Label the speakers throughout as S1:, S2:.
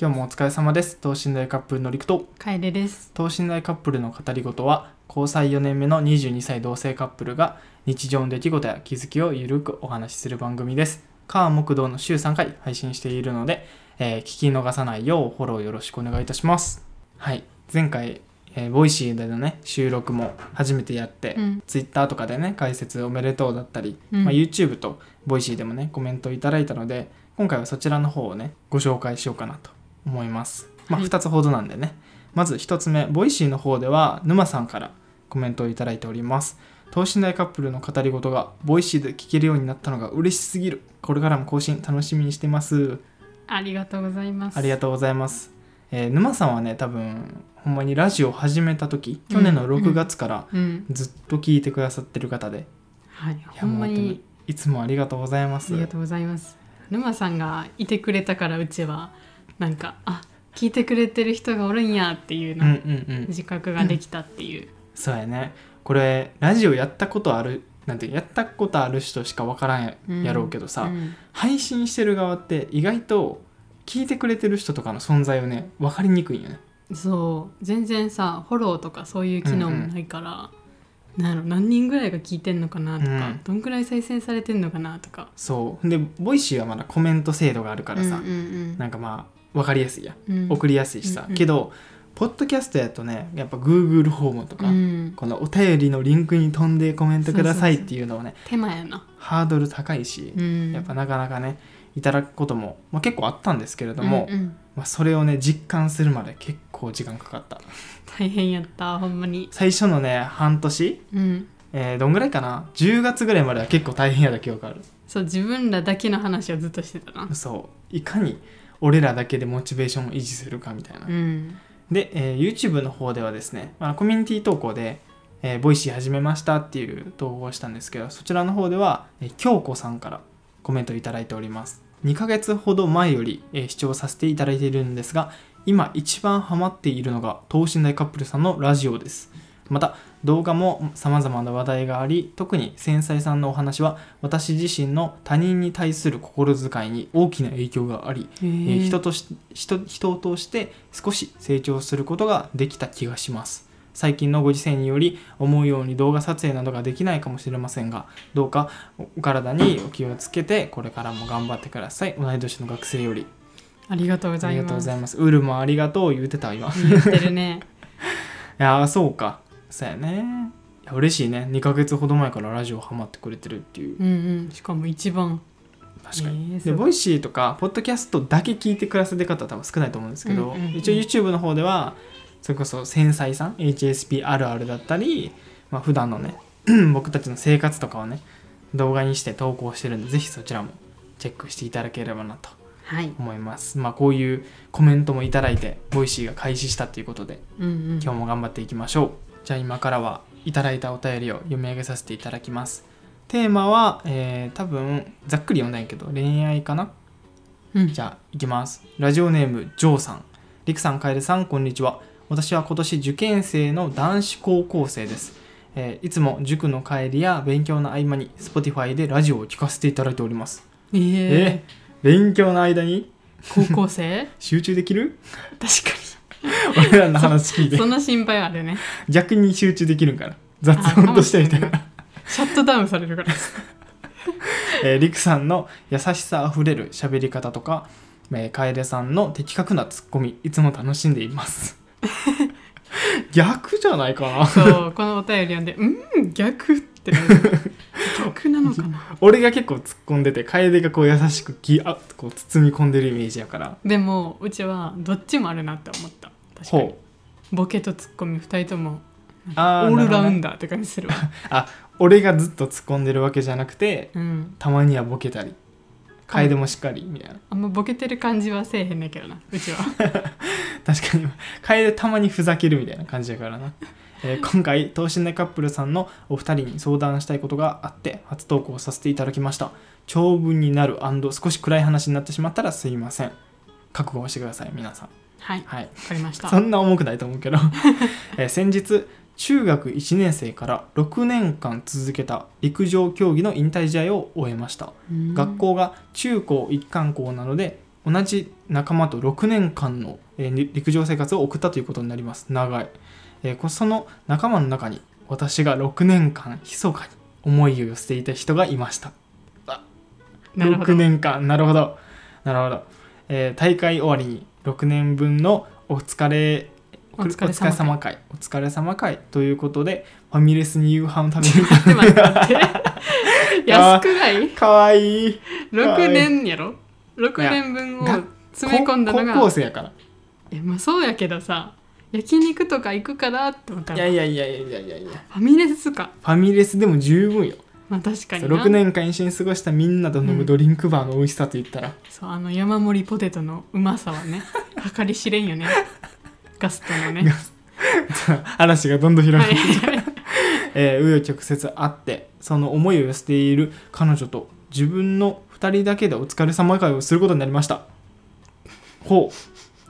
S1: 今日もお疲れ様です等身大カップルのりくと
S2: 楓です
S1: 等身大カップルの語り事は交際4年目の22歳同性カップルが日常の出来事や気づきをゆるくお話しする番組です火木道の週3回配信しているので、えー聞き逃さないようフォローよろしくお願いいたしますはい前回、えーボイシーでのね収録も初めてやって、
S2: うん
S1: ツイッターとかでね解説おめでとうだったり、
S2: うん
S1: まあ、YouTube と VOIC でもねコメントいただいたので今回はそちらの方をねご紹介しようかなと思います、まあ、
S2: はい
S1: 2つほどなんでね、まず1つ目 VOIC の方では沼さんからコメントをいただいております等身大カップルの語り事が VOIC で聞けるようになったのが嬉しすぎるこれからも更新楽しみにしてます
S2: ありがとうございます
S1: ありがとうございます、えー沼さんはね多分ほんまにラジオ始めた時
S2: うん
S1: 去年の6月から
S2: ううん
S1: ずっと聞いてくださってる方で、
S2: は
S1: い
S2: い
S1: や
S2: ほんま
S1: もう本
S2: に
S1: 当いつもありがとうございま
S2: あ
S1: す
S2: りがとうございます沼さんがいてくれたからうちはなんかあ聞いてくれてる人がおるんやってい
S1: う
S2: う
S1: んうん
S2: の
S1: うん
S2: 自覚ができたっていう
S1: そうやねこれラジオやったことあるなんてやったことある人しかわからんや,、
S2: うん
S1: ろうけどさ、
S2: うん
S1: 配信してる側って意外と聞いてくれてる人とかの存在をね分かりにくいよね
S2: そう全然さフォローとかそういう機能もないから、なんやろ何人ぐらいが聞いてんのかなとか、
S1: うん
S2: どんぐらい再生されてんのかなとか
S1: そうでボイシーはまだコメント制度があるからさ、
S2: うんうん
S1: なんかまあ分かりやすいやん
S2: うんうん
S1: 送りやすいしさ、
S2: うんうん
S1: けどポッドキャストやとねやっぱ Google 訪問とか、
S2: うん
S1: このお便りのリンクに飛んでコメントくださいっていうのはね
S2: 手間やな、
S1: ハードル高いし
S2: う、ん、
S1: やっぱなかなかねいただくことも、まあ、結構あったんですけれども、
S2: うんうん
S1: まあ、それをね実感するまで結構時間かかった
S2: 大変やったほんまに
S1: 最初のね半年、
S2: うん
S1: えーどんぐらいかな10月ぐらいまでは結構大変やった記憶ある
S2: そう自分らだけの話をずっとしてたな
S1: そういかに俺らだけでモチベーションを維持するかみたいな、
S2: うん
S1: で、えー YouTube の方ではですね、まあ、コミュニティ投稿で、えーボイシー始めましたっていう投稿をしたんですけどそちらの方では、えー京子さんからコメントをいただいております2ヶ月ほど前より、えー視聴させていただいているんですが今一番ハマっているのが等身大カップルさんのラジオですまた動画も様々な話題があり特に繊細さんのお話は私自身の他人に対する心遣いに大きな影響があり
S2: え
S1: えー人とし人人を通して少し成長することができた気がします最近のご時世により思うように動画撮影などができないかもしれませんがどうかおお体にお気をつけてこれからも頑張ってください同い年の学生より
S2: ありがとうご
S1: あ
S2: ざ
S1: り
S2: い
S1: がとう
S2: ま
S1: ご
S2: す
S1: ざいますウルもありがとう言うてた今 い
S2: 言ってるね
S1: やーそうかそうやねいや嬉しいね2ヶ月ほど前からラジオハマってくれてるっていう
S2: うんうんしかも一番
S1: 確かに
S2: に
S1: でボイシーとかポッドキャストだけ聞いてくださってる方は多分少ないと思うんですけど、
S2: うんうんうん
S1: 一応 YouTube の方ではそれこそ繊細さん HSP あるあるだったり、まあ普段のね 僕たちの生活とかをね動画にして投稿してるんでぜひそちらもチェックしていただければなと
S2: はい
S1: 思いますまあこういうコメントもいただいてボイシーが開始したということで
S2: うんうん
S1: 今日も頑張っていきましょうじゃあ今からはいただいたお便りを読み上げさせていただきますテーマは、えー多分ざっくり読んだんやけど恋愛かな
S2: うん
S1: じゃあいきますラジオネームジョーさんりくさんかえでさんこんにちは私は今年受験生の男子高校生です、えーいつも塾の帰りや勉強の合間に Spotify でラジオを聞かせていただいております
S2: えー
S1: え勉強の間に
S2: 高 校生
S1: 集中できる
S2: 確か
S1: 俺らの話聞い
S2: に
S1: て
S2: その心配はあるね
S1: 逆に集中できるんかな雑
S2: あか
S1: 音
S2: も
S1: とし
S2: してれ
S1: み
S2: ん
S1: たい
S2: な
S1: な
S2: シャットダウンされるから
S1: えー、りくさんの優しさあふれる喋り方とか、えー、楓さんの的確なツッコミいつも楽しんでいます 逆じゃないかな
S2: そうこのお便り読んでうん逆ってなる逆なのかな
S1: 俺が結構突っ込んでて楓がこう優しくぎあっとこう包み込んでるイメージやから
S2: でもうちはどっちもあるなって思った確かに
S1: ほう
S2: ボケとツッコミ2人ともオ
S1: あ
S2: ールラウン
S1: ド
S2: ダーって感じするわ
S1: 俺がずっと突っ込んでるわけじゃなくて
S2: うん
S1: たまにはボケたり楓もしっかりみたいな
S2: あんまボケてる感じはせえへんねんけどなうちは
S1: 確かに楓たまにふざけるみたいな感じだからな、えー今回等身大カップルさんのお二人に相談したいことがあって初投稿させていただきました長文になる少し暗い話になってしまったらすいません覚悟をしてください皆さん
S2: はいわ
S1: はい
S2: かりました
S1: そんな重くないと思うけど、 えー先日中学1年生から6年間続けた陸上競技の引退試合を終えました
S2: うん
S1: 学校が中高一貫校なので同じ仲間と6年間の、えーり陸上生活を送ったということになります長い、えーこその仲間の中に私が6年間密かに思いを寄せていた人がいました
S2: なるほ
S1: 6
S2: ど。
S1: 年間なるほどなるほど、えー大会終わりに6年分のお疲れ
S2: お疲れ様会
S1: 様会お疲れ様会ということでファミレスに夕飯を食べる
S2: 待って待って待 って。安くない
S1: かわいい
S2: ?6 年やろ ?6 年分を
S1: いやが
S2: 詰め込んだの
S1: 高校
S2: が。
S1: 生やから
S2: え、まあそうやけどさ、焼肉とか行くかなって思った
S1: い
S2: ら、
S1: や
S2: フ
S1: いやいやいやいやいや
S2: ァミレスか。
S1: ファミレスでも十分よ
S2: まあ確かにな。
S1: 6年間一緒に過ごしたみんなと飲
S2: う
S1: む
S2: ん
S1: ドリンクバーの美味しさと言ったら、
S2: そう、あの山盛りポテトのうまさはね、計り知れんよね。ガストのね。
S1: 話がどんどん広が
S2: は
S1: っ
S2: い
S1: て、えー紆余曲折あってその思いを寄せている彼女と自分の2人だけでお疲れ様会をすることになりましたほ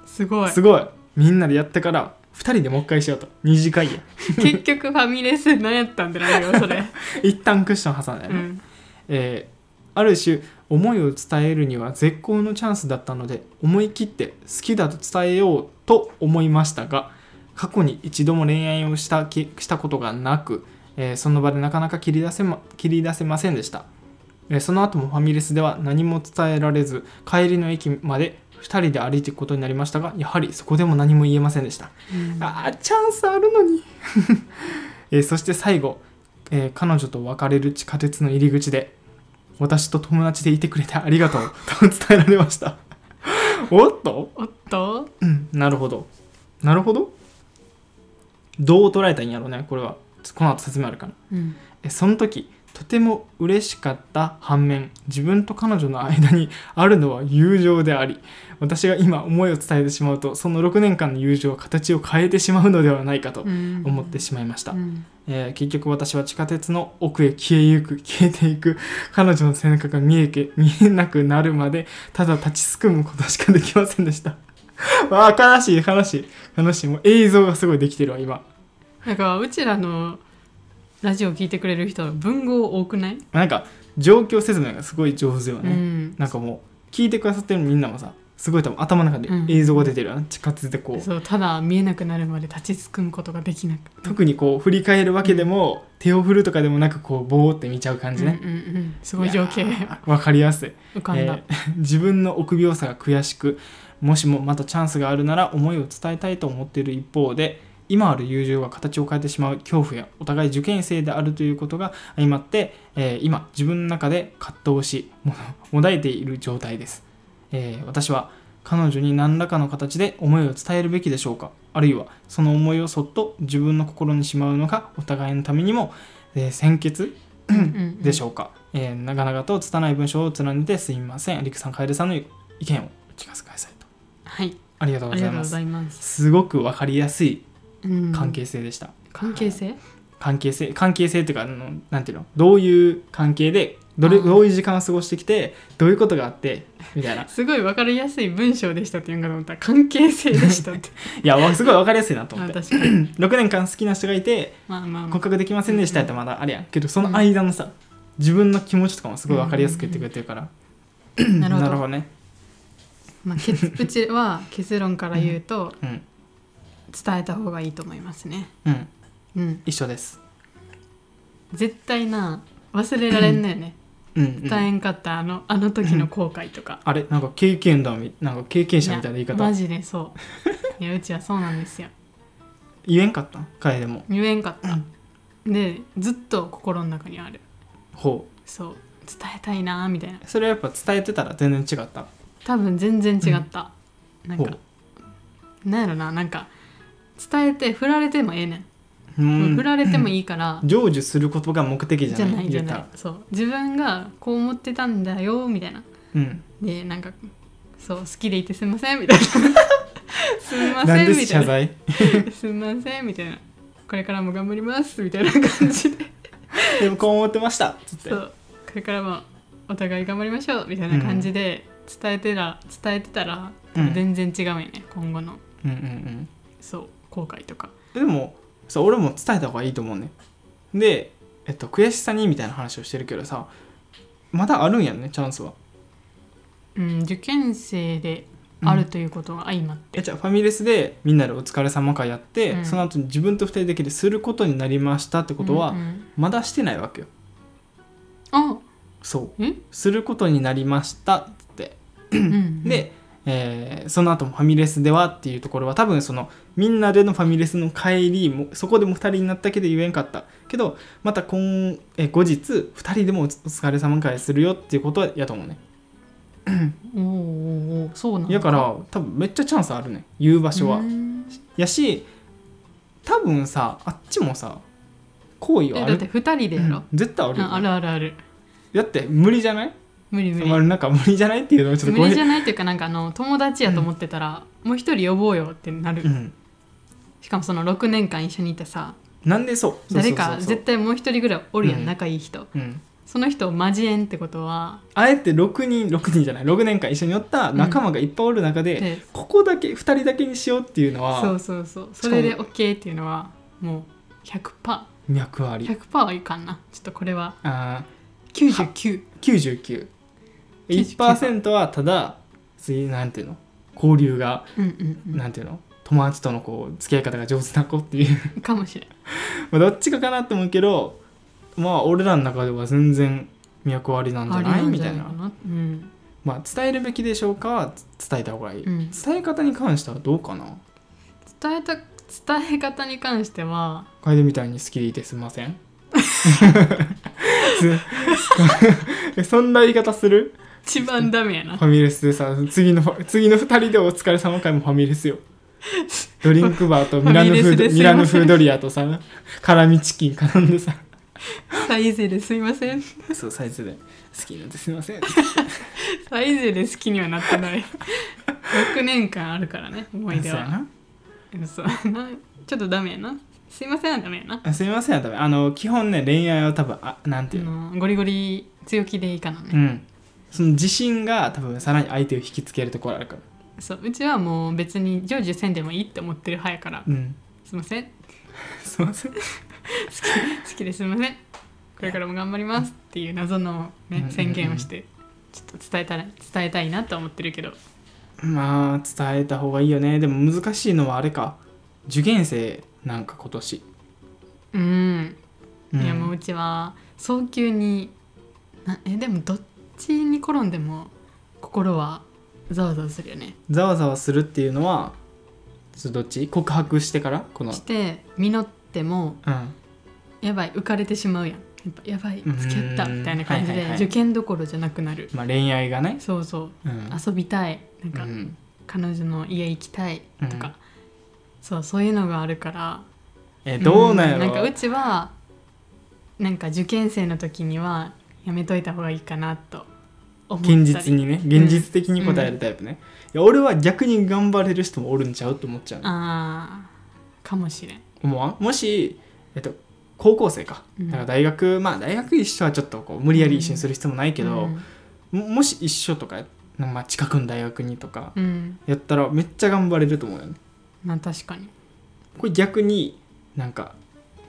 S2: すご
S1: う
S2: い。
S1: すごいみんなでやってから2人でもう一回しようと二次会や
S2: 結局ファミレス何やったんだろうよ、そ れ。
S1: 一旦クッション挟んだよ
S2: う
S1: ね、
S2: ん。
S1: えーある種思いを伝えるには絶好のチャンスだったので思い切って好きだと伝えようと思いましたが過去に一度も恋愛をしたきしたことがなく、えーその場でなかなか切り出せま切り出せませんでした、えーその後もファミレスでは何も伝えられず帰りの駅まで2人で歩いていくことになりましたがやはりそこでも何も言えませんでした
S2: うん
S1: あーチャンスあるのに、 えーそして最後、えー彼女と別れる地下鉄の入り口で私と友達でいてくれてありがとう と伝えられました おっと、
S2: おっと
S1: うん、なるほどなるほどどう捉えたんやろうねこれはこの後説明あるから
S2: うん、
S1: えその時とても嬉しかった反面自分と彼女の間にあるのは友情であり私が今思いを伝えてしまうとその6年間の友情は形を変えてしまうのではないかと思ってしまいました、
S2: うん
S1: えー結局私は地下鉄の奥へ消えゆく消えていく彼女の背中が見えけ見えなくなるまでただ立ちすくむことしかできませんでした わあ悲しい悲しい悲しいもう映像がすごいできてるわ今
S2: なんかうちらのラジオ聞いてくれる人は文豪多くない、
S1: なんか状況説明がすごい上手よ
S2: う
S1: ね、
S2: ん、
S1: なんかもう聞いてくださってるみんなもさすごい多分頭の中で
S2: うん
S1: 映像が出てるよね、地下鉄でこう
S2: そうただ見えなくなるまで立ちすくむことができなく
S1: 特にこう振り返るわけでも手を振るとかでもなくこうボーって見ちゃう感じね、
S2: うんうんうん、すごい情景
S1: いやーわかりやすい、
S2: 浮かんだ、
S1: えー自分の臆病さが悔しくもしもまたチャンスがあるなら思いを伝えたいと思っている一方で今ある友情が形を変えてしまう恐怖やお互い受験生であるということが相まって、えー今自分の中で葛藤しももだえている状態です、えー私は彼女に何らかの形で思いを伝えるべきでしょうかあるいはその思いをそっと自分の心にしまうのかお互いのためにも、えー先決
S2: うんうん
S1: でしょうか、えー長々と拙い文章を連ねてすみませんりくさんカエルさんの意見を聞かせてくださいと
S2: はい
S1: ありがとう
S2: あ
S1: ご
S2: り
S1: ざい
S2: がとう
S1: ま
S2: ご
S1: す
S2: ざいます、
S1: すごく分かりやすい
S2: うん
S1: 関係性でした、
S2: 関係性
S1: 関係性関係性っていうかあのなんていうのどういう関係でどれ
S2: あー
S1: どういう時間を過ごしてきてどういうことがあってみたい ない
S2: すごい分かりやすい文章でしたって言うんかと思ったら関係性でした って
S1: やわすごい分かりやすいなと
S2: あ
S1: 思って
S2: 確かに
S1: 6年間好きな人がいて
S2: まあまあ、ま
S1: 告白できませんでしたやってまだあれやんけどその間のさ自分の気持ちとかもすごい分かりやすく言ってくれてるから、
S2: あ、なるほど
S1: ね
S2: まあ、け つうちは結論から言うと、
S1: うん
S2: 伝えた方がいいと思いますね
S1: うん
S2: うん
S1: 一緒です
S2: 絶対な忘れられんのよね
S1: うん、うん、
S2: 伝えんかったあのあの時の後悔とか
S1: あれなんか経験だみなんか経験者みたいな言い
S2: やマ
S1: 方
S2: ジでそういやうちはそうなんですよ
S1: 言えんかったん楓でも
S2: 言えんかったでずっと心の中にある
S1: ほ
S2: そう伝えたいなーみたいな
S1: うそれはやっぱ伝えてたら全然違った
S2: 多分全然違った、なん
S1: ほ
S2: かなんやろななんか伝えて振られてもええね、
S1: ううんん
S2: 振られてもいいから
S1: 成就することが目的じ
S2: じ
S1: ゃ
S2: ゃ
S1: な
S2: ないいじゃな
S1: 言
S2: いそう自分がこう思ってたんだよーみたいな
S1: うたらうん
S2: でなんかそう好きでいてすいませんみたいな すみま
S1: な
S2: せ
S1: ん
S2: ん
S1: で
S2: みた
S1: 謝
S2: いな
S1: 罪
S2: すみませんみたいなこれからも頑張りますみたいな感じ で
S1: でもこう思ってましたつって
S2: そうこれからもお互い頑張りましょうみたいな感じで伝えてら、伝えてたら
S1: うん
S2: 全然違うよね、今後の
S1: うんうんうん
S2: そう後悔とか
S1: でもさ俺も伝えた方がいいと思うねで、えっと、悔しさにみたいな話をしてるけどさまだあるんやんねチャンスは
S2: うん、受験生であるということが相まって、
S1: えじゃあファミレスでみんなでお疲れ様会やって、
S2: うん
S1: その後に自分と二人だけですることになりましたってことは、
S2: うんうん
S1: まだしてないわけよ
S2: あ
S1: そう
S2: え、
S1: することになりましたって
S2: うん、
S1: で、えーその後もファミレスではっていうところは多分そのみんなでのファミレスの帰りもそこでも2人になったけど言えんかったけどまた今、えー後日2人でもおお疲れ様会するよっていうことやと思うね
S2: おーおーおーそうなん
S1: だから多分めっちゃチャンスあるね言う場所は、
S2: うん
S1: やし多分さあっちもさ好意
S2: え
S1: はあ
S2: だ
S1: る
S2: って二人でやろ、
S1: 絶対あるよ
S2: ああるあるある
S1: だって無理じゃない、
S2: 無理無理
S1: まあ、なんか無理じゃないっていうのもちょっと
S2: 無
S1: 語
S2: 理じ
S1: 弊
S2: ゃないっていうかなんかあの友達やと思ってたら、もう一人呼ぼうよってなる、
S1: うん
S2: しかもその6年間一緒にいたさ
S1: なんでそうそうそう
S2: 誰
S1: そう
S2: か絶対もう一人ぐらいおるやん、
S1: うん
S2: 仲いい人
S1: うん
S2: その人を交えんってことは
S1: あえて6人6人じゃない6年間一緒におった仲間がいっぱいおる中で、
S2: で
S1: ここだけ2人だけにしようっていうの
S2: そ
S1: は
S2: うそうそうそれで OK っていうのはもう 100%100%
S1: 脈あり
S2: はいかんなちょっとこれは
S1: あ
S2: 99
S1: ー99%はただ次なんていうの交流が、
S2: うんうん
S1: なんていうの友達とのこう付き合い方が上手な子っていう
S2: うんかもしれん
S1: まあどっちかかなと思うけどまあ俺らの中では全然脈ありなんじゃないみたいな
S2: かなうん
S1: まあ伝えるべきでしょうかは伝えた方がいい、
S2: うん
S1: 伝え方に関してはどうかな
S2: 伝えた伝え方に関しては
S1: 楓みたいに好きでいてすいません す そんな言い方する
S2: 一番ダメやな
S1: ファミレスでさ次の次の2人でお疲れ様会もファミレスよドリンクバー とミラノ
S2: ファ
S1: 風ド
S2: ミレスです
S1: ミ
S2: いません
S1: ラノ風ドリアとさ辛味チキン絡んでさ
S2: サイゼですいません
S1: そうサイズで好きなんですいません
S2: サイゼで好きにはなってない6年間あるからね思い出
S1: そうや
S2: は
S1: な
S2: そうなちょっとダメやなすいませんはダメやな
S1: あすいませんや多分あの基本ね恋愛は多分あなんていうの
S2: うんゴリゴリ強気でいいかな
S1: う
S2: ね、
S1: んその自信が多分さらに相手を引きつけるところあるから
S2: うそううちはもう別に成就せんでもいいって思ってる派やから
S1: うん
S2: すいません好
S1: すいません
S2: きですいませんこれからも頑張りますっていう謎の、
S1: うんうん
S2: ね
S1: う、ん
S2: 宣言をしてちょっと伝えたら伝えたいなと思ってるけど
S1: まあ伝えた方がいいよねでも難しいのはあれか受験生なんか今年、
S2: うん、
S1: うん
S2: いやもううちは早急になえでもどっちに転んでも心はざわざわするよね
S1: ざわざわするっていうのはそれどっち告白してからこの
S2: して実っても
S1: うん
S2: やばい浮かれてしまうやんやっぱやばい付き合った
S1: うん
S2: みたいな感じ
S1: はい
S2: で
S1: はいはい
S2: 受験どころじゃなくなる
S1: まあ恋愛がね
S2: そうそ
S1: う
S2: う
S1: ん
S2: 遊びたいなん
S1: う
S2: か
S1: ん
S2: 彼女の家行きたいと
S1: うん
S2: かそうそういうのがあるから
S1: えどうなんや
S2: ん
S1: ろ
S2: なんかうちはなんか受験生の時にはやめといた方がいいかなと思ったり
S1: 現実にね現実的に答えるタイプね、いや俺は逆に頑張れる人もおるんちゃうと思っちゃう
S2: あーかもしれん
S1: 思わんもし、えっと、高校生か
S2: うん
S1: だから大学、まあ大学一緒はちょっとこう無理やり一緒にする必要もないけど、
S2: うん
S1: ももし一緒とか、まあ、近くの大学にとか
S2: うん
S1: やったらめっちゃ頑張れると思うよね
S2: まあ確かに
S1: これ逆になんか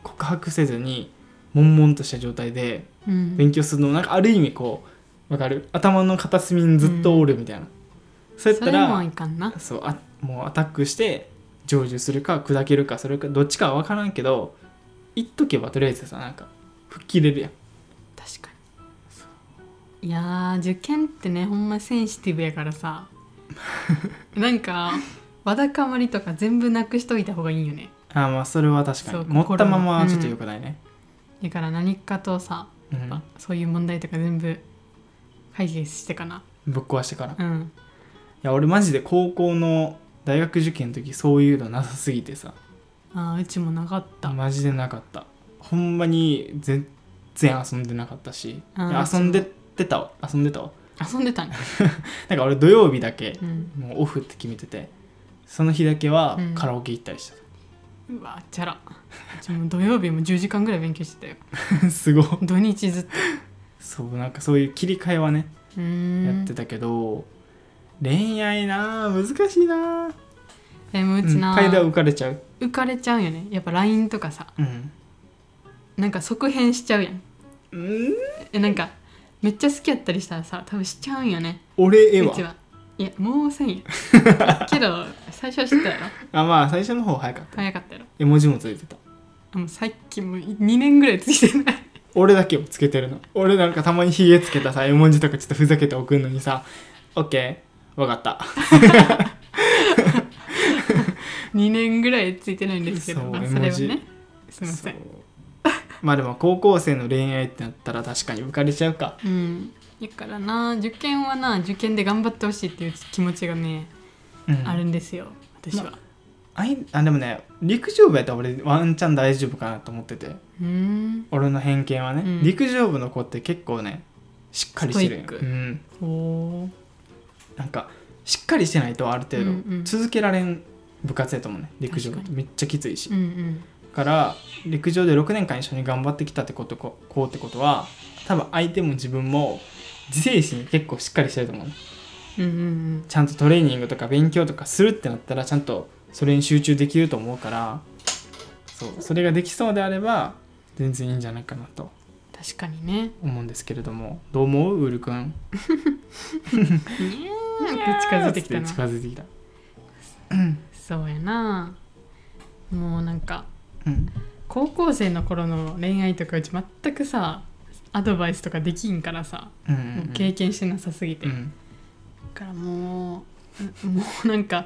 S1: 告白せずに悶々とした状態で
S2: うん
S1: 勉強するのもなんかある意味こうわかる頭の片隅にずっとおるみたいな、そうやっ
S2: そ
S1: た
S2: れも
S1: ら
S2: いかんな
S1: そうあもうアタックして成就するか砕けるかそれかどっちかは分からんけど言っとけばとりあえずさなんか吹っ切れるやん
S2: 確かにいやー受験ってねほんまセンシティブやか らさなんかわだかまりとか全部なくしといた方がいいよね
S1: あーまあそれは確か
S2: そう
S1: に持ったまま
S2: 心の
S1: はちょっとよくないね、
S2: だから何かとさ
S1: うん
S2: やっぱそういう問題とか全部解決してかな
S1: ぶっ壊してからい
S2: うん
S1: や俺マジで高校の大学受験の時そういうのなさすぎてさ
S2: あーうちもなかった
S1: マジでなかったほんまに全然遊んでなかったしい
S2: あー
S1: や遊んでってたわ遊んでたわ
S2: 遊んでたね
S1: なんか俺土曜日だけ
S2: うん
S1: もうオフって決めててその日だけは
S2: うん
S1: カラオケ行ったりして
S2: うわチャラうちも土曜日も10時間ぐらい勉強してたよ
S1: た、 すごい
S2: 土日ずっと
S1: そうなんかそういう切り替えはね
S2: うーん
S1: やってたけど恋愛なあ難しいなあ
S2: でもう
S1: うん
S2: ちな、
S1: 階段浮かれちゃう
S2: 浮かれちゃうよねやっぱ LINE とかさ
S1: うん
S2: なんか即変しちゃうやん
S1: うん
S2: えなんかめっちゃ好きやったりしたらさ多分しちゃうんよね
S1: 俺絵
S2: う
S1: は
S2: ちはいやもうせん よけど最初は知ったやろ
S1: あまあ最初の方早かった
S2: 早かったやろ
S1: 絵文字もついてた
S2: あもうさっきも2年ぐらいついてない
S1: 俺だけをつけてるの俺なんかたまにヒゲつけたさ絵文字とかちょっとふざけて送るのにさ「オッケーわかった」
S2: 2年ぐらいついてないんですけど
S1: そう
S2: まあ
S1: 絵
S2: それ
S1: 文
S2: は
S1: 字
S2: ねすみません
S1: そうまあでも高校生の恋愛ってなったら確かに浮かれちゃうか
S2: うんだからな受験はな受験で頑張ってほしいっていう気持ちがね、
S1: うん
S2: あるんですよ私は、
S1: まあいあでもね陸上部やったら俺ワンチャン大丈夫かなと思ってて
S2: うーん
S1: 俺の偏見はね、
S2: うん
S1: 陸上部の子って結構ねしっかりしてるよ
S2: ストイ
S1: う
S2: ック
S1: ん
S2: おお
S1: なんかしっかりしてないとある程
S2: うんう
S1: 度
S2: ん
S1: 続けられん部活やと思うね陸上部って
S2: 確
S1: めっちゃきついし、
S2: うんうん
S1: から陸上で6年間一緒に頑張ってきたってことここうってことは多分相手も自分も自制心結構しっかりしてると思うね
S2: うんうん
S1: ちゃんとトレーニングとか勉強とかするってなったらちゃんとそれに集中できると思うからそうそれができそうであれば全然いいんじゃないかなと
S2: 確かにね
S1: 思うんですけれどもどう思うウル君
S2: にゃーって近づいてきたな
S1: 近づいてきた、
S2: そうやなもうなんか
S1: うん、
S2: 高校生の頃の恋愛とかうち全くさアドバイスとかできんからさ、
S1: うんう
S2: もうん経験してなさすぎて、
S1: う
S2: だ
S1: ん
S2: からもううもうなんか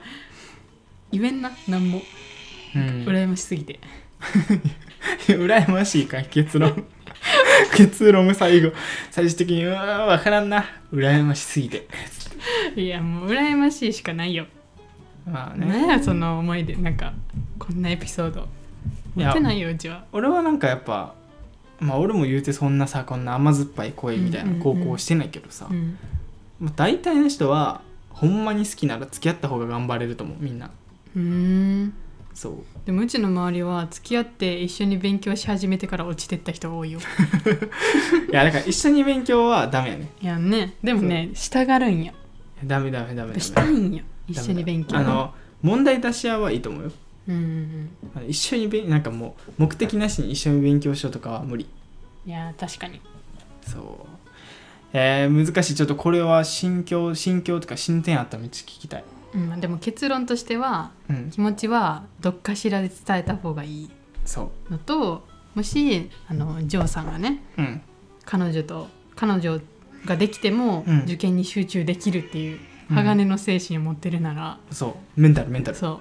S2: 言えんななんも
S1: うん
S2: 羨ましすぎて
S1: 羨ましいか結論 結論最後最終的にうわ分からんな羨ましすぎて
S2: いやもう羨ましいしかないよ、
S1: まあね
S2: なんやその思い出なんかこんなエピソード
S1: い
S2: 持
S1: や
S2: ってないようちは
S1: 俺はなんかやっぱまあ俺も言うてそんなさこんな甘酸っぱい恋みたい
S2: うんうん
S1: な
S2: うん
S1: 高校してないけどさ、
S2: うん
S1: まあ、大体の人はほんまに好きなら付き合った方が頑張れると思うみんな
S2: うーん
S1: そう
S2: でもうちの周りは付き合って一緒に勉強し始めてから落ちてった人が 多いよ
S1: いやだから一緒に勉強はダメやね
S2: いやねでもねしたがるんや
S1: ダメダメダメダメ
S2: したいんや一緒に勉強
S1: あの問題出し合いはいいと思うよ
S2: うんうん
S1: あの一緒に勉なんかもう目的なしに一緒に勉強しようとかは無理
S2: うんいや確かに
S1: そうえー、難しいちょっとこれは心境心境とか進展あった道聞きたい
S2: うんでも結論としては
S1: うん
S2: 気持ちはどっかしらで伝えた方がいい
S1: そ
S2: のともしあのジョーさんがね
S1: ううん
S2: 彼女と彼女ができても
S1: うん
S2: 受験に集中できるっていう
S1: うん
S2: 鋼の精神を持ってるなら、
S1: そうメンタルメンタル
S2: そう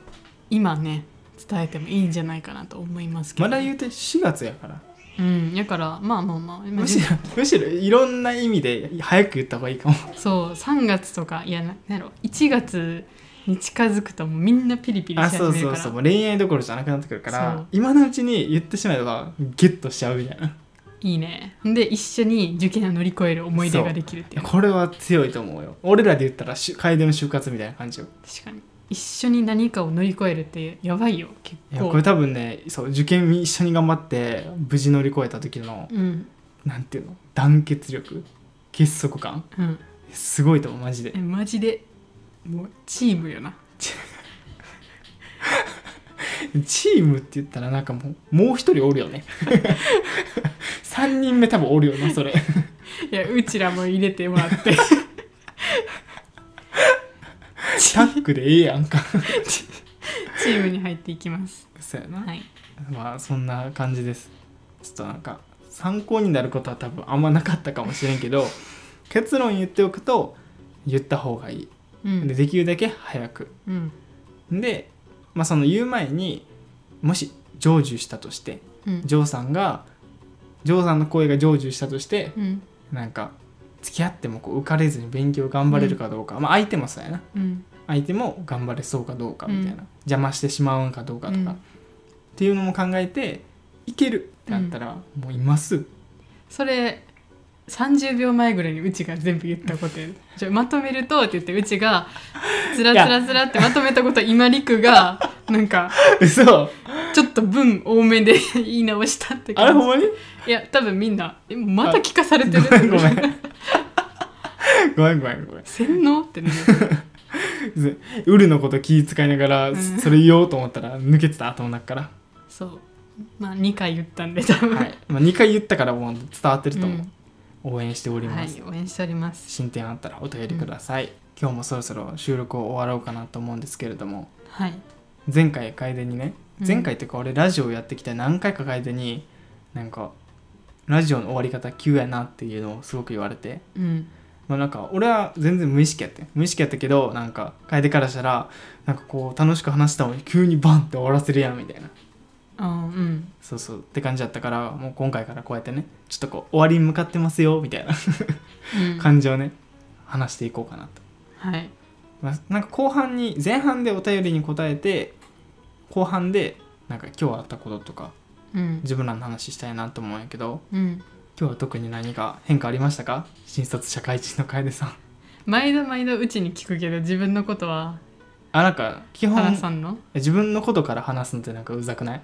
S2: 今ね伝えてもいいんじゃないかなと思いますけ
S1: ま
S2: ど、
S1: だ言うて4月やから
S2: うんだからまあまあまあまあ
S1: むしろ むしろいろんな意味で早く言った方がいい かも
S2: そう3月とかいやななんやろ1月に近づくともうみんなピリピリ
S1: あ
S2: し始
S1: そう
S2: める
S1: そ
S2: か
S1: う
S2: ら
S1: そうもう恋愛どころじゃなくなってくるか
S2: そ
S1: ら
S2: う
S1: 今のうちに言ってしまえばゲットしちゃうみたいない
S2: いねで一緒に受験を乗り越える思い出ができるっていう
S1: やこれは強いと思うよ俺らで言ったらしゅ楓の就活みたいな感じよ
S2: 確かに一緒に何かを乗り越えるってやばいよ結
S1: いや
S2: 構
S1: これ多分ねそう受験一緒に頑張って無事乗り越えた時の
S2: うん
S1: なんていうの団結力結束感
S2: うん
S1: すごいと思うマジで
S2: えマジでもうチームよな
S1: チームって言ったらなんかもうもう一人おるよね3人目多分おるよなそれ
S2: いやうちらも入れても らって
S1: タックでええやんか
S2: チームに入っていきます
S1: そうやな
S2: はい
S1: まあそんな感じですちょっとなんか参考になることは多分あんまなかったかもしれんけど結論言っておくと言った方がいい
S2: うん
S1: でできるだけ早く
S2: うん
S1: で、まあ、その言う前にもし成就したとして
S2: うん
S1: ジョーさんがジョーさんの声が成就したとして
S2: うん
S1: なんか付き合ってもこう浮かれずに勉強頑張れるかどうか、まあ相手もそうやな
S2: うん
S1: 相手も頑張れそうかどうかみたいな、
S2: うん
S1: 邪魔してしまうんかどうかとか、
S2: うん
S1: っていうのも考えていけるってなったら、もう今すぐ
S2: それ30秒前ぐらいにうちが全部言ったことやるちょまとめるとって言ってうちがつらつらつらってまとめたこと今りくがなんか
S1: 嘘
S2: ちょっと文多めで 言い直したって
S1: あれ
S2: 感
S1: ほんまに
S2: じいや多分みんな「えまた聞かされてる」
S1: ごめんごめんごめんごめんごめん
S2: 洗脳ってね
S1: ウルのこと気遣いながら
S2: ん
S1: それ言おうと思ったら抜けてた頭の中から、
S2: そうまあ2回言ったんで多分、
S1: はいまあ、2回言ったからもう伝わってると思う、
S2: うん
S1: 応援しており
S2: は
S1: ます、
S2: い応援しております
S1: 進展あったらお便りください、今日もそろそろ収録を終わろうかなと思うんですけれども
S2: はい
S1: 前回楓にね
S2: うん
S1: 前回っていうか俺ラジオやってきて何回か楓になんかラジオの終わり方急やなっていうのをすごく言われて
S2: うん
S1: まあなんか俺は全然無意識やって無意識やったけどなんか楓からしたらなんかこう楽しく話したのに急にバンって終わらせるやんみたいな
S2: あーうん
S1: そうそうって感じだったからもう今回からこうやってねちょっとこう終わりに向かってますよみたいな
S2: うん
S1: 感じをね話していこうかなと。
S2: はい
S1: まあ、なんか後半に前半でお便りに答えて後半でなんか今日あったこととか
S2: うん
S1: 自分らの話したいなと思うんやけど
S2: うん
S1: 今日は特に何か変化ありましたか新卒社会人の楓さん
S2: 毎度毎度うちに聞くけど自分のことは
S1: あなんか基
S2: 原
S1: 本
S2: さんの
S1: 自分のことから話すのってなんかうざくない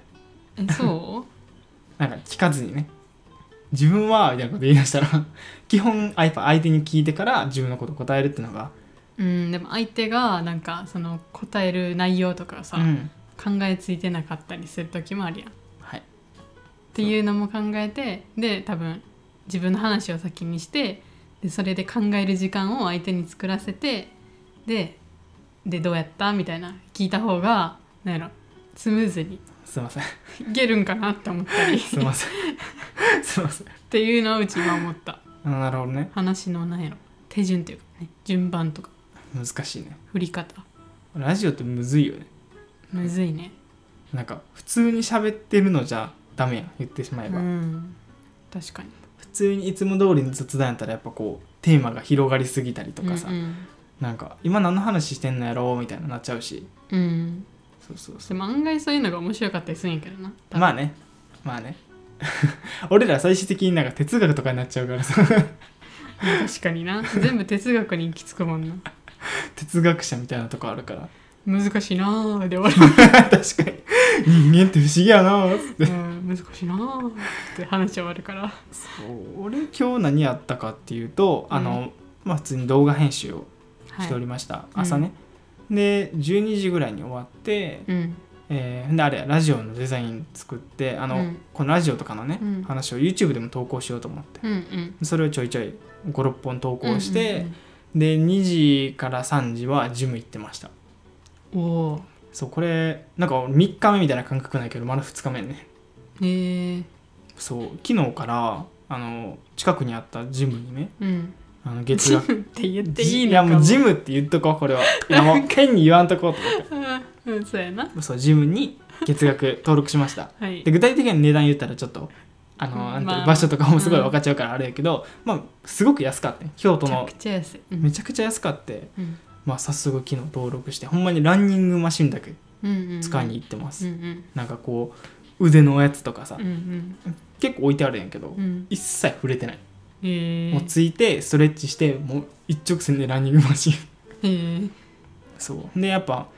S2: えそ
S1: なんか聞かずにね自分はみたいなこと言い出したら 基本あやっぱ相手に聞いてから自分のこと答えるってのが
S2: ううんでも相手がなんかその答える内容とかさ、
S1: うん
S2: 考えついてなかったりする時もあるやんっ
S1: はい
S2: ていうのも考えてで多分自分の話を先にしてでそれで考える時間を相手に作らせてででどうやったみたいな聞いた方がなんやろスムーズに
S1: すいません
S2: いけるんかなって思ったり っ
S1: すいません すいません
S2: ていうのをうちは思った
S1: あなるほどね
S2: 話のなんやろ手順というかね順番とか
S1: 難しいね
S2: 振り方
S1: ラジオってむずいよね
S2: むずいね
S1: なんか普通に喋ってるのじゃダメやん言ってしまえば、
S2: うん確かに
S1: 普通にいつも通りの雑談やったらやっぱこうテーマが広がりすぎたりとかさ、
S2: うん
S1: なんか今何の話してんのやろうみたいになっちゃうし
S2: うん、うん
S1: そうそうそ
S2: でも案外そういうのが面白かったりするんやけどな
S1: うまあねまあね 俺ら最終的になんか哲学とかになっちゃうからさ
S2: 確かにな全部哲学に行き着くもんな
S1: 哲学者みたいなとこあるから
S2: 難しいな ーで終わ
S1: 確かに人間って不思議やなーっつって
S2: る、うん、難しいなーって話終わるから
S1: そう俺今日何やったかっていうとあの、まあ普通に動画編集を
S2: は
S1: し
S2: い
S1: ておりました、朝ね、で12時ぐらいに終わって、
S2: うん
S1: えーであれラジオのデザイン作ってあの、
S2: うん
S1: このラジオとかのね、
S2: うん
S1: 話を YouTube でも投稿しようと思って
S2: うんうん
S1: それをちょいちょい56本投稿し
S2: うん
S1: て、で2時から3時はジム行ってました
S2: うんうんおお
S1: そうこれなんか3日目みたいな感覚ないけどまだ2日目ね
S2: へえー、
S1: そう昨日からあの近くにあったジムにね
S2: うん
S1: あの
S2: ジ
S1: 月
S2: ム
S1: 額
S2: って言っていい
S1: い
S2: の
S1: や
S2: か
S1: もうジムって言っとこうこれはいやもう変に言わんとこうと思っ
S2: うんうんそうやな
S1: てそうジムに月額登録しました
S2: はい
S1: で具体的な値段言ったらちょっとあの、なんていう
S2: まあ
S1: 場所とかもすごい分かっちゃうからあれやけど、まあすごく安かったね京都
S2: めちゃ
S1: の
S2: くちゃ安い、うん
S1: めちゃくちゃ安かって、
S2: うん
S1: まあ、早速昨日登録してほんまにランニングマシンだけ
S2: うんうん、
S1: 使いに行ってます、
S2: うんうん
S1: なんかこう腕のやつとかさ、
S2: うんうん
S1: 結構置いてあるんやけど、
S2: うん
S1: 一切触れてない、
S2: へえ
S1: もうついてストレッチしてもう一直線でランニングマシン
S2: へえ
S1: そうでやっぱ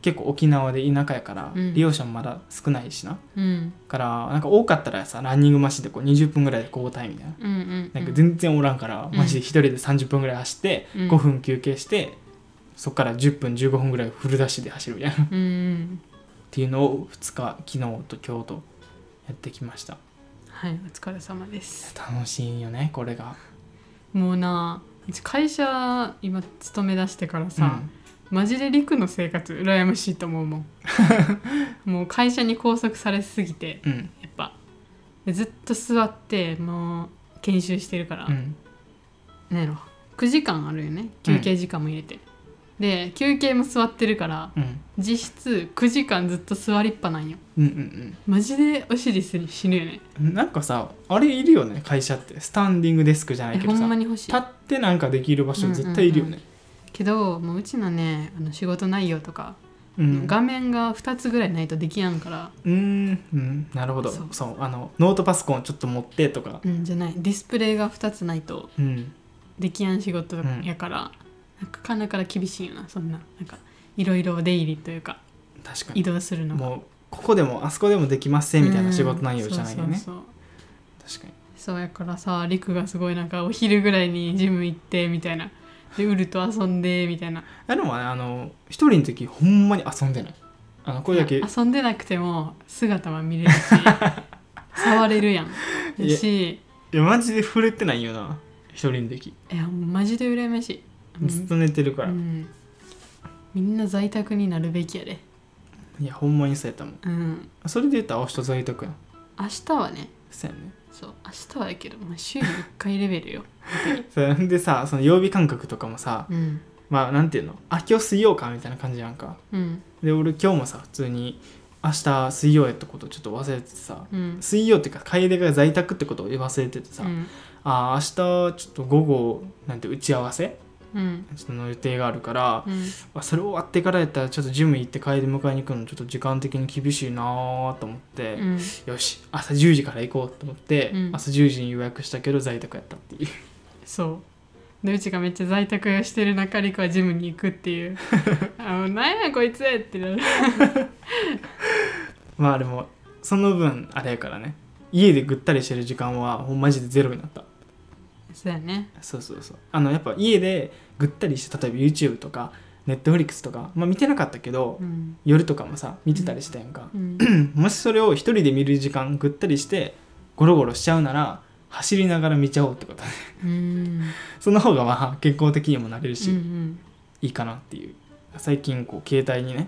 S1: 結構沖縄で田舎やから、
S2: うん
S1: 利用者もまだ少ないしな
S2: うん
S1: からなんか多かったらさランニングマシンでこう20分ぐらいで交代みたいな
S2: うんうん
S1: なんか全然おらんから、
S2: うん
S1: マジで一人で30分ぐらい走って、
S2: うん
S1: 5分休憩してそっから10分15分ぐらいフルダッシュで走るみ たいなっ
S2: うんうん
S1: ていうのを2日昨日と今日とやってきました
S2: はいお疲れ様です
S1: 楽しいよねこれが
S2: もうなうち会社今勤め出してからさ、
S1: うん
S2: マジで陸の生活羨ましいと思う もんもう会社に拘束されすぎて
S1: うん
S2: やっぱでずっと座ってもう研修してるから、
S1: うん
S2: なんやろ9時間あるよね休憩時間も入れて、で休憩も座ってるから
S1: うん
S2: 実質9時間ずっと座りっぱなんよ
S1: うんうん
S2: マジでお尻す死ぬよね
S1: うんなんかさあれいるよね会社ってスタンディングデスクじゃない
S2: え
S1: けど
S2: ほ
S1: さ
S2: んまに欲しい
S1: 立ってなんかできる場所絶対いるよね
S2: けどもううちのねあの仕事内容とか、
S1: うん
S2: 画面が2つぐらいないとできやんから
S1: うんうんなるほど
S2: そう
S1: そうあのノートパソコンちょっと持ってとか
S2: うんじゃないディスプレイが2つないと
S1: うん
S2: できやん仕事やから、なんかかなから厳しいよなそんななんかいろいろ出入りというか
S1: 確かに
S2: 移動するの
S1: もうここでもあそこでもできませんみたいな仕事内容じゃないよ
S2: うん
S1: ね、
S2: そうそうそう
S1: 確かに
S2: そうやからさりくがすごいなんかお昼ぐらいにジム行ってみたいなでウルと遊んでみたいな
S1: あでもねあの一人の時ほんまに遊んでないあのこれだけ
S2: 遊 んでなくても姿は見れるし触れるやん
S1: いや
S2: し
S1: いやマジで触れてないよな一人の時
S2: いやマジで羨ましい
S1: ずっと寝てるか
S2: う
S1: ら、
S2: ん、みんな在宅になるべきやで
S1: いやほんまにそうやったもん
S2: うん
S1: それで言ったら明日在宅やん
S2: 明日はね
S1: そうやね
S2: そう明日はやけど、まあ、週に1回レベルよ、
S1: それでさその曜日感覚とかもさ
S2: うん
S1: まあなんていうのあ今日水曜かみたいな感じやんか
S2: うん
S1: で俺今日もさ普通に明日水曜やったことちょっと忘れててさ
S2: うん
S1: 水曜っていうか楓が在宅ってことを忘れててさ、
S2: うん
S1: あー明日ちょっと午後なんて打ち合わせ
S2: うん
S1: ちょっとの予定があるから、
S2: うん
S1: あそれ終わってからやったらちょっとジム行って帰り迎えに行くのちょっと時間的に厳しいなーと思って、
S2: うん
S1: よし朝10時から行こうと思って、
S2: うん
S1: 朝10時に予約したけど在宅やったっていう
S2: そうでうちがめっちゃ在宅してる中りくはジムに行くって いうあもうなんやこいつってなる
S1: まあでもその分あれやからね家でぐったりしてる時間はもうマジでゼロになった
S2: そうやね
S1: そうそうそうあのやっぱ家でぐったりして例えば YouTube とか Netflix とか、まあ、見てなかったけど、
S2: うん
S1: 夜とかもさ見てたりしたやんか、
S2: うん
S1: もしそれを一人で見る時間ぐったりしてゴロゴロしちゃうなら走りながら見ちゃおうってことね
S2: うん
S1: その方がまあ健康的にもなれるし、
S2: うん
S1: いいかなっていう最近こう携帯にね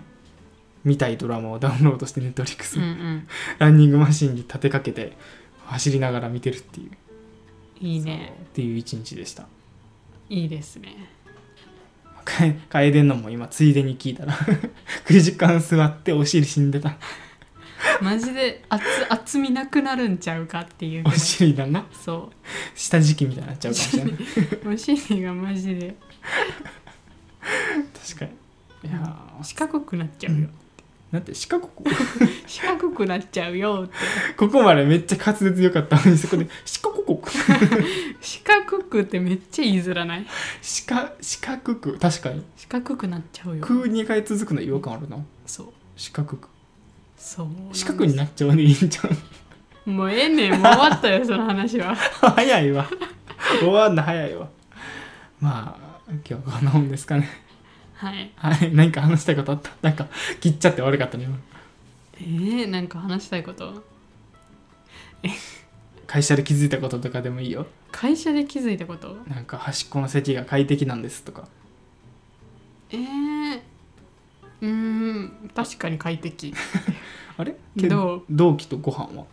S1: 見たいドラマをダウンロードして Netflix、
S2: うんうん
S1: ランニングマシンに立てかけて走りながら見てるっていう
S2: いいね
S1: そうっていう一日でした
S2: いいですね
S1: かえ楓のも今ついでに聞いたら 9時間座ってお尻死んで た
S2: マジで厚厚みなくなるんちゃうかっていうぐ
S1: お
S2: らい
S1: 尻だな
S2: そう
S1: 下敷きみたいになっちゃうかもしれない
S2: お尻がマジで
S1: 確かにいやー
S2: 四角くなっちゃうよ
S1: だってシカゴこ
S2: 四角くなっちゃうよって
S1: ここまでめっちゃ滑舌良かったのにそこでシカゴこ
S2: 四角くってめっちゃ言いづらない
S1: シカ四角く確かに
S2: 四角くなっちゃうよ
S1: 空2回続くの違和感あるな
S2: そう
S1: 四角く
S2: そう
S1: 四角になっちゃうねいいんちゃう
S2: もうええねんもう終わったよその話は
S1: 早いわ終わんの早いわまあ今日はこんなもんですかね
S2: はい
S1: はい何か話したいことあったなんか切っちゃって悪かったね今
S2: えー、なんか話したいこと
S1: 会社で気づいたこととかでもいいよ
S2: 会社で気づいたこと
S1: なんか端っこの席が快適なんですとか
S2: えー、うーん確かに快適
S1: あれ
S2: けど
S1: 同期とご飯は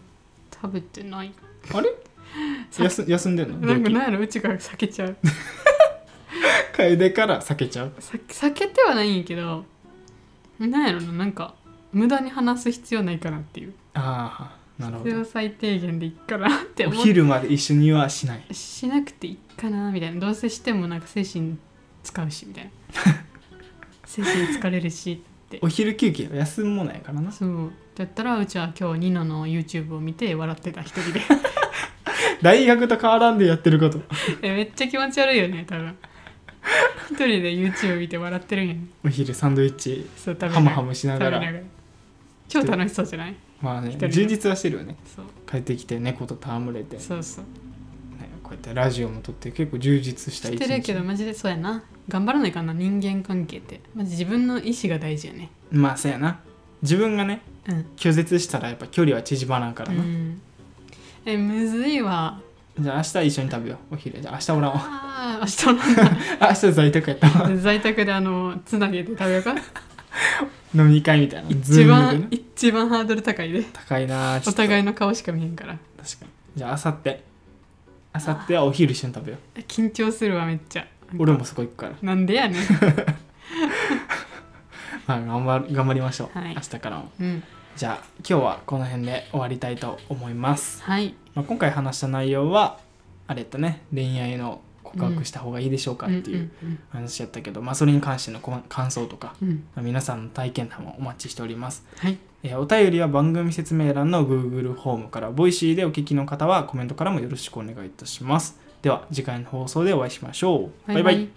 S2: 食べてない
S1: あれ
S2: さ
S1: 休休んでんの
S2: な
S1: 同
S2: んか
S1: 期
S2: なんやろうちが避けちゃう
S1: 楓から避けちゃう
S2: さ避けてはないんやけどなんやろななんか無駄に話す必要ないかなっていう
S1: ああなるほ
S2: 必
S1: ど
S2: 要最低限でいっかなって
S1: お
S2: 思っ
S1: 昼まで一緒にはしない
S2: しなくていいかなみたいなどうせしてもなんか精神使うしみたい な精神疲れるし
S1: お昼休憩は休むもないからな
S2: そうだったらうちは今日ニノの YouTube を見て笑ってた一 人で
S1: 大学と変わらんでやってること
S2: えめっちゃ気持ち悪いよね多分一人で YouTube 見て笑ってるんやね
S1: お昼サンドイッチ
S2: そう食べな
S1: ハムハムしな
S2: 食
S1: が
S2: べ
S1: ら
S2: ながら超楽しそうじゃない
S1: まあね
S2: 人で
S1: 充実はしてるよね
S2: そう
S1: 帰ってきて猫と戯れて、ね、
S2: そうそう
S1: こうやってラジオも撮って結構充実した
S2: してるけどマジでそうやな頑張らないかな人間関係ってマジ自分の意思が大事やね
S1: まあそうやな自分がね
S2: うん
S1: 拒絶したらやっぱ距離は縮まらんから
S2: う
S1: な、
S2: んえむずいわ
S1: じゃあ明日一緒に食べようお昼じゃあ明日おらんわ
S2: あー明
S1: 明日在宅やったわ
S2: 日の在宅であのつなげて食べようか
S1: 飲み会みたいな ズー
S2: 一
S1: ムで
S2: 番
S1: ね
S2: 一番ハードル高いで
S1: 高いなあちょ
S2: お
S1: っと
S2: 互いの顔しか見えんから
S1: 確かにじゃあ明後日明後日はお昼一緒に食べよう
S2: 緊張するわめっちゃ
S1: 俺もそこ行くから、
S2: なんでやねん
S1: まあ、頑張る頑張りましょう、
S2: はい
S1: 明日からも
S2: うん
S1: じゃあ今日はこの辺で終わりたいと思います、
S2: はい
S1: まあ、今回話した内容はあれやったね恋愛の告白した方がいいでしょうか
S2: う
S1: っ
S2: ん
S1: ていう話やったけど、まあ、それに関してのこ感想とか、
S2: うんうん
S1: まあ皆さんの体験談もお待ちしております
S2: はい
S1: えーお便りは番組説明欄の Google フォームから、ボイシーでお聞きの方はコメントからもよろしくお願いいたします。では次回の放送でお会いしましょう。バイバイ